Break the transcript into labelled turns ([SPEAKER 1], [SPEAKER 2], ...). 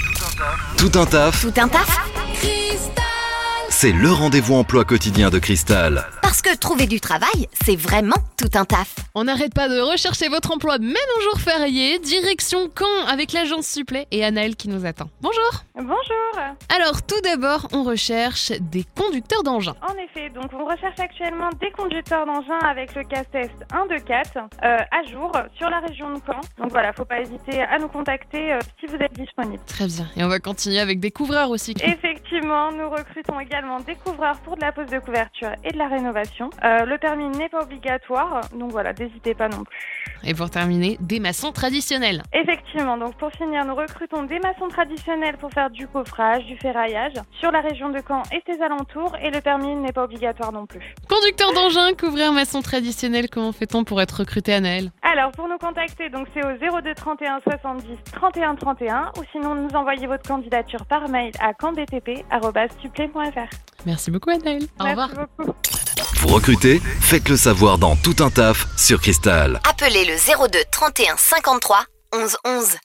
[SPEAKER 1] Tout un taf,
[SPEAKER 2] Tout un taf
[SPEAKER 1] c'est le rendez-vous emploi quotidien de Cristal.
[SPEAKER 2] Parce que trouver du travail, c'est vraiment tout un taf.
[SPEAKER 3] On n'arrête pas de rechercher votre emploi même en jour férié. Direction Caen avec l'agence Supplé et Anaël qui nous attend. Bonjour.
[SPEAKER 4] Bonjour.
[SPEAKER 3] Alors tout d'abord, on recherche des conducteurs d'engins.
[SPEAKER 4] En effet, donc on recherche actuellement des conducteurs d'engins avec le casse-test 1 2 4 euh, à jour sur la région de Caen. Donc voilà, faut pas hésiter à nous contacter euh, si vous êtes disponible.
[SPEAKER 3] Très bien. Et on va continuer avec des couvreurs aussi.
[SPEAKER 4] Effectivement, nous recrutons également des couvreurs pour de la pose de couverture et de la rénovation. Euh, le permis n'est pas obligatoire, donc voilà, n'hésitez pas non plus.
[SPEAKER 3] Et pour terminer, des maçons traditionnels.
[SPEAKER 4] Effectivement, donc pour finir, nous recrutons des maçons traditionnels pour faire du coffrage, du ferraillage sur la région de Caen et ses alentours et le permis n'est pas obligatoire non plus.
[SPEAKER 3] Conducteurs d'engins, couvreurs, maçons traditionnels, comment fait-on pour être recruté Anaël
[SPEAKER 4] Alors, pour nous contacter, donc c'est au 02 31 70 31 31 ou sinon nous envoyez votre candidature par mail à cambdtp.supplé.fr.
[SPEAKER 3] Merci beaucoup Anaël. Au revoir.
[SPEAKER 4] Merci beaucoup.
[SPEAKER 1] Vous recrutez Faites le savoir dans Tout un taf sur Cristal.
[SPEAKER 2] Appelez le 02 31 53 11 11.